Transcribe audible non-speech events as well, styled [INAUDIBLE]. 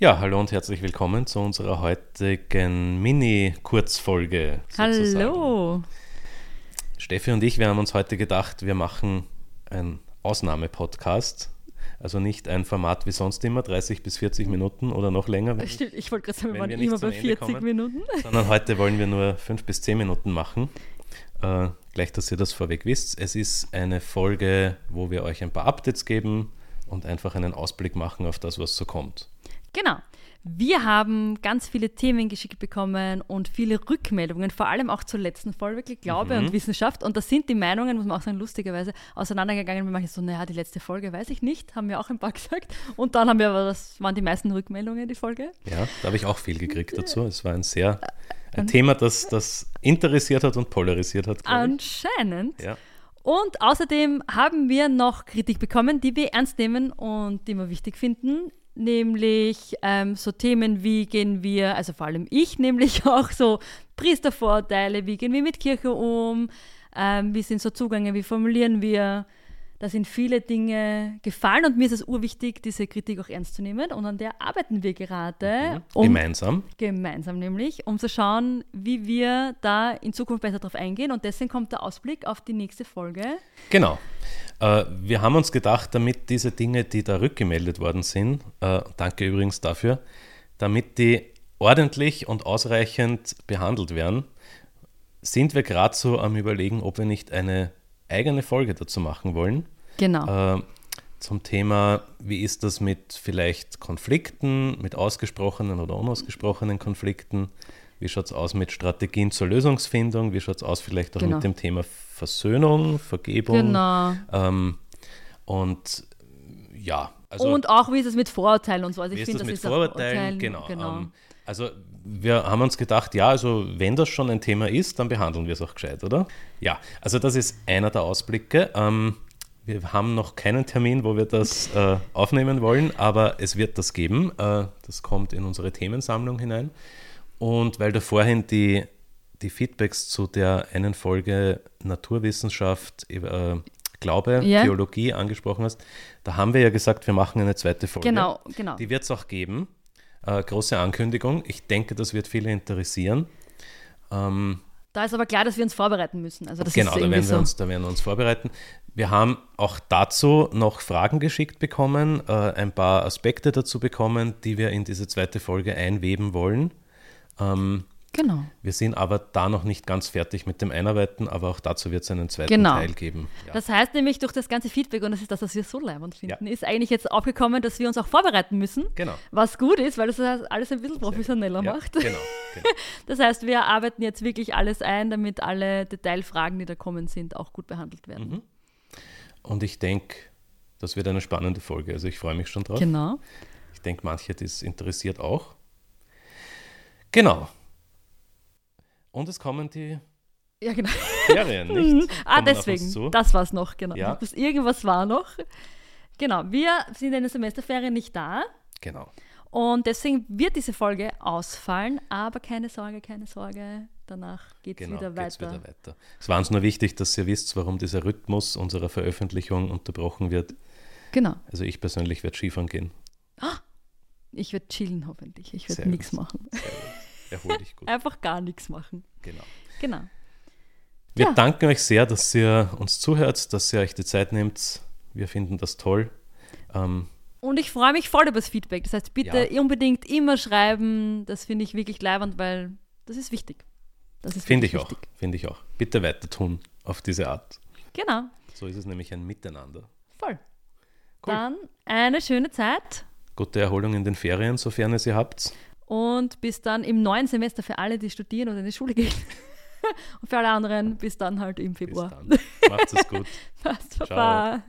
Ja, hallo und herzlich willkommen zu unserer heutigen Mini-Kurzfolge. sozusagen. Hallo. Steffi und ich, wir haben uns heute gedacht, wir machen einen Ausnahmepodcast. Also nicht ein Format wie sonst immer, 30 bis 40 Minuten oder noch länger, wenn- Stimmt, ich wollte gerade sagen, wir Wenn waren wir nicht immer zum bei Ende 40 kommen. Minuten. sondern heute wollen wir nur 5 bis 10 Minuten machen. Äh, gleich, dass ihr das vorweg wisst. Es ist eine Folge, wo wir euch ein paar Updates geben und einfach einen Ausblick machen auf das, was so kommt. [LAUGHS] Genau. Wir haben ganz viele Themen geschickt bekommen und viele Rückmeldungen, vor allem auch zur letzten Folge Glaube Mhm. und Wissenschaft. Und da sind die Meinungen, muss man auch sagen, lustigerweise auseinandergegangen. Wir machen so, naja, die letzte Folge weiß ich nicht, haben wir auch ein paar [LAUGHS] gesagt. Und dann haben wir aber, das waren die meisten Rückmeldungen, die Folge. Ja, da habe ich auch viel gekriegt dazu. Es war ein sehr ein Thema, das, das interessiert hat und polarisiert hat. glaub ich. Anscheinend. Ja. Und außerdem haben wir noch Kritik bekommen, die wir ernst nehmen und die wir wichtig finden. Nämlich ähm, so Themen, wie gehen wir, also vor allem ich, [LAUGHS] nämlich auch so Priestervorurteile, wie gehen wir mit Kirche um, ähm, wie sind so Zugänge, wie formulieren wir. Da sind viele Dinge gefallen und mir ist es urwichtig, diese Kritik auch ernst zu nehmen und an der arbeiten wir gerade. Mhm. um- Hm? Gemeinsam. gemeinsam nämlich, um zu schauen, wie wir da in Zukunft besser drauf eingehen. Und deswegen kommt der Ausblick auf die nächste Folge. Genau. Äh, wir haben uns gedacht, damit diese Dinge, die da rückgemeldet worden sind, äh, danke übrigens dafür, damit die ordentlich und ausreichend behandelt werden, sind wir gerade so am Überlegen, ob wir nicht eine eigene Folge dazu machen wollen. Genau. Äh, zum Thema, wie ist das mit vielleicht Konflikten, mit ausgesprochenen oder unausgesprochenen Konflikten? Wie schaut es aus mit Strategien zur Lösungsfindung? Wie schaut es aus vielleicht auch Genau. mit dem Thema Versöhnung, Vergebung? Genau. Ähm, und ja, also und auch, wie ist es mit Vorurteilen und so. Also wie ich ist finde, das das mit ist auch Vorurteilen? Urteilen, Genau. Ähm, also wir haben uns gedacht, ja, also wenn das schon ein Thema ist, dann behandeln wir es auch gescheit, oder? Ja, also das ist einer der Ausblicke. Ähm, wir haben noch keinen Termin, wo wir [LAUGHS] das äh, aufnehmen wollen, aber es wird das geben. Äh, das kommt in unsere Themensammlung hinein. Und weil du vorhin die, die Feedbacks zu der einen Folge Naturwissenschaft, äh, Glaube, Ja. Theologie angesprochen hast, da haben wir ja gesagt, wir machen eine zweite Folge. genau, genau. Die wird es auch geben. Äh, große Ankündigung. Ich denke, das wird viele interessieren. Ähm, Da ist aber klar, dass wir uns vorbereiten müssen. Also das genau, ist da irgendwie werden, so. wir uns, da werden wir uns vorbereiten. Wir haben auch dazu noch Fragen geschickt bekommen, äh, ein paar Aspekte dazu bekommen, die wir in diese zweite Folge einweben wollen. Ähm, genau. wir sind aber da noch nicht ganz fertig mit dem Einarbeiten, aber auch dazu wird es einen zweiten Genau. Teil geben. [LAUGHS] Ja. Das heißt nämlich, durch das ganze Feedback, und das ist das, was wir so leibend finden, ist eigentlich jetzt aufgekommen, dass wir uns auch vorbereiten müssen. Genau. Was gut ist, weil das alles ein bisschen professioneller ja, macht. Genau, genau. Das heißt, wir arbeiten jetzt wirklich alles ein, damit alle Detailfragen, die da kommen sind, auch gut behandelt werden. Mhm. Und ich denke, das wird eine spannende Folge. Also ich freue mich schon drauf. Genau. Ich denke, manche das interessiert auch. Genau. Und es kommen die Ja, genau. [LAUGHS] Ferien, nicht? ah, Kommen auf uns deswegen. zu. Das war's noch, genau. Ja. Das irgendwas war noch. Genau, wir sind in der Semesterferien nicht da Genau. und deswegen wird diese Folge ausfallen, aber keine Sorge, keine Sorge. Danach geht's Genau, wieder geht's weiter. wieder weiter. Es war uns nur wichtig, dass ihr wisst, warum dieser Rhythmus unserer Veröffentlichung unterbrochen wird. Genau. Also ich persönlich werde Skifahren gehen. Ich werde chillen hoffentlich. Ich Sehr werde nichts gut. machen. Erhol dich [LAUGHS] gut. Einfach gar nichts machen. Genau. Genau. Wir Ja. danken euch sehr, dass ihr uns zuhört, dass ihr euch die Zeit nehmt. Wir finden das toll. Ähm, Und ich freue mich voll über das Feedback. Das heißt, bitte unbedingt immer schreiben. Das finde ich wirklich leibend, weil das ist wichtig. Das ist Finde ich wirklich auch. wichtig. Finde ich auch. Bitte weiter tun auf diese Art. Genau, So ist es nämlich ein Miteinander. voll. Cool. Dann eine schöne Zeit Gute Erholung in den Ferien, sofern ihr sie habt. und bis dann im neuen Semester für alle, die studieren oder in die Schule gehen. [LAUGHS] und für alle anderen bis dann halt im Bis Februar. dann. Macht es gut. Passt, Ciao. Baba.